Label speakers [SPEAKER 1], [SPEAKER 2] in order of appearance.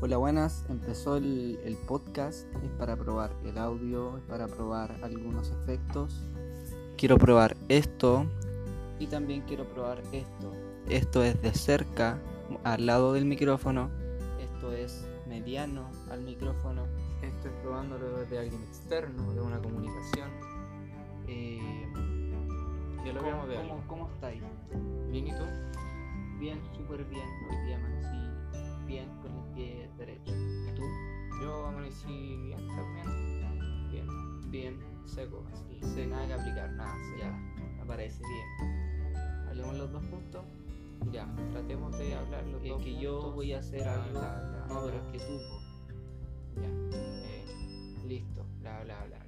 [SPEAKER 1] Hola, buenas. Empezó el, el, podcast. Es para probar el audio, es para probar algunos efectos. Quiero probar esto. Y también quiero probar esto. Esto es de cerca, al lado del micrófono. Esto es mediano al micrófono. Esto es probándolo desde alguien externo, de una comunicación. Eh,
[SPEAKER 2] ya lo
[SPEAKER 1] ¿cómo,
[SPEAKER 2] veamos de
[SPEAKER 1] cómo, ¿Cómo estáis?
[SPEAKER 2] Bien, ¿y tú?
[SPEAKER 1] Bien, súper bien. Hoy día amanecí bien con el pie derecho. ¿Tú?
[SPEAKER 2] Yo amanecí bien también. Bien,
[SPEAKER 1] Bien, seco, así.
[SPEAKER 2] Sí.
[SPEAKER 1] Nada que aplicar, nada. seco.
[SPEAKER 2] ya,
[SPEAKER 1] Aparece bien. Hablemos los dos juntos.
[SPEAKER 2] ya. Tratemos de hablar los
[SPEAKER 1] Es
[SPEAKER 2] dos
[SPEAKER 1] que yo
[SPEAKER 2] juntos.
[SPEAKER 1] voy a hacer
[SPEAKER 2] Bla,
[SPEAKER 1] algo.
[SPEAKER 2] bla, bla,
[SPEAKER 1] No, pero
[SPEAKER 2] bla.
[SPEAKER 1] es que tú. po.
[SPEAKER 2] Ya, eh, listo, bla, bla, bla, bla.